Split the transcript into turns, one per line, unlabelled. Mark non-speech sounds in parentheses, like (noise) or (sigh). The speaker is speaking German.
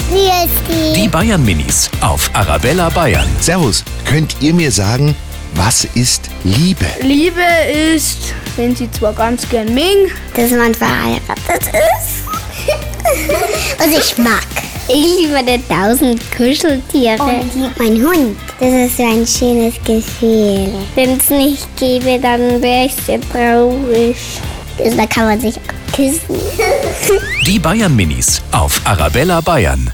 Christi.
Die Bayern Minis auf Arabella Bayern.
Servus, könnt ihr mir sagen, was ist Liebe?
Liebe ist, wenn sie zwar ganz gern Ming,
dass man verheiratet (laughs) ist. Und ich mag. Ich liebe die tausend Kuscheltiere. Und mein Hund. Das ist so ein schönes Gefühl. Wenn es nicht gäbe, dann wäre ich sehr traurig. Also, (laughs) Da kann man sich abküssen.
Die Bayern Minis auf Arabella Bayern.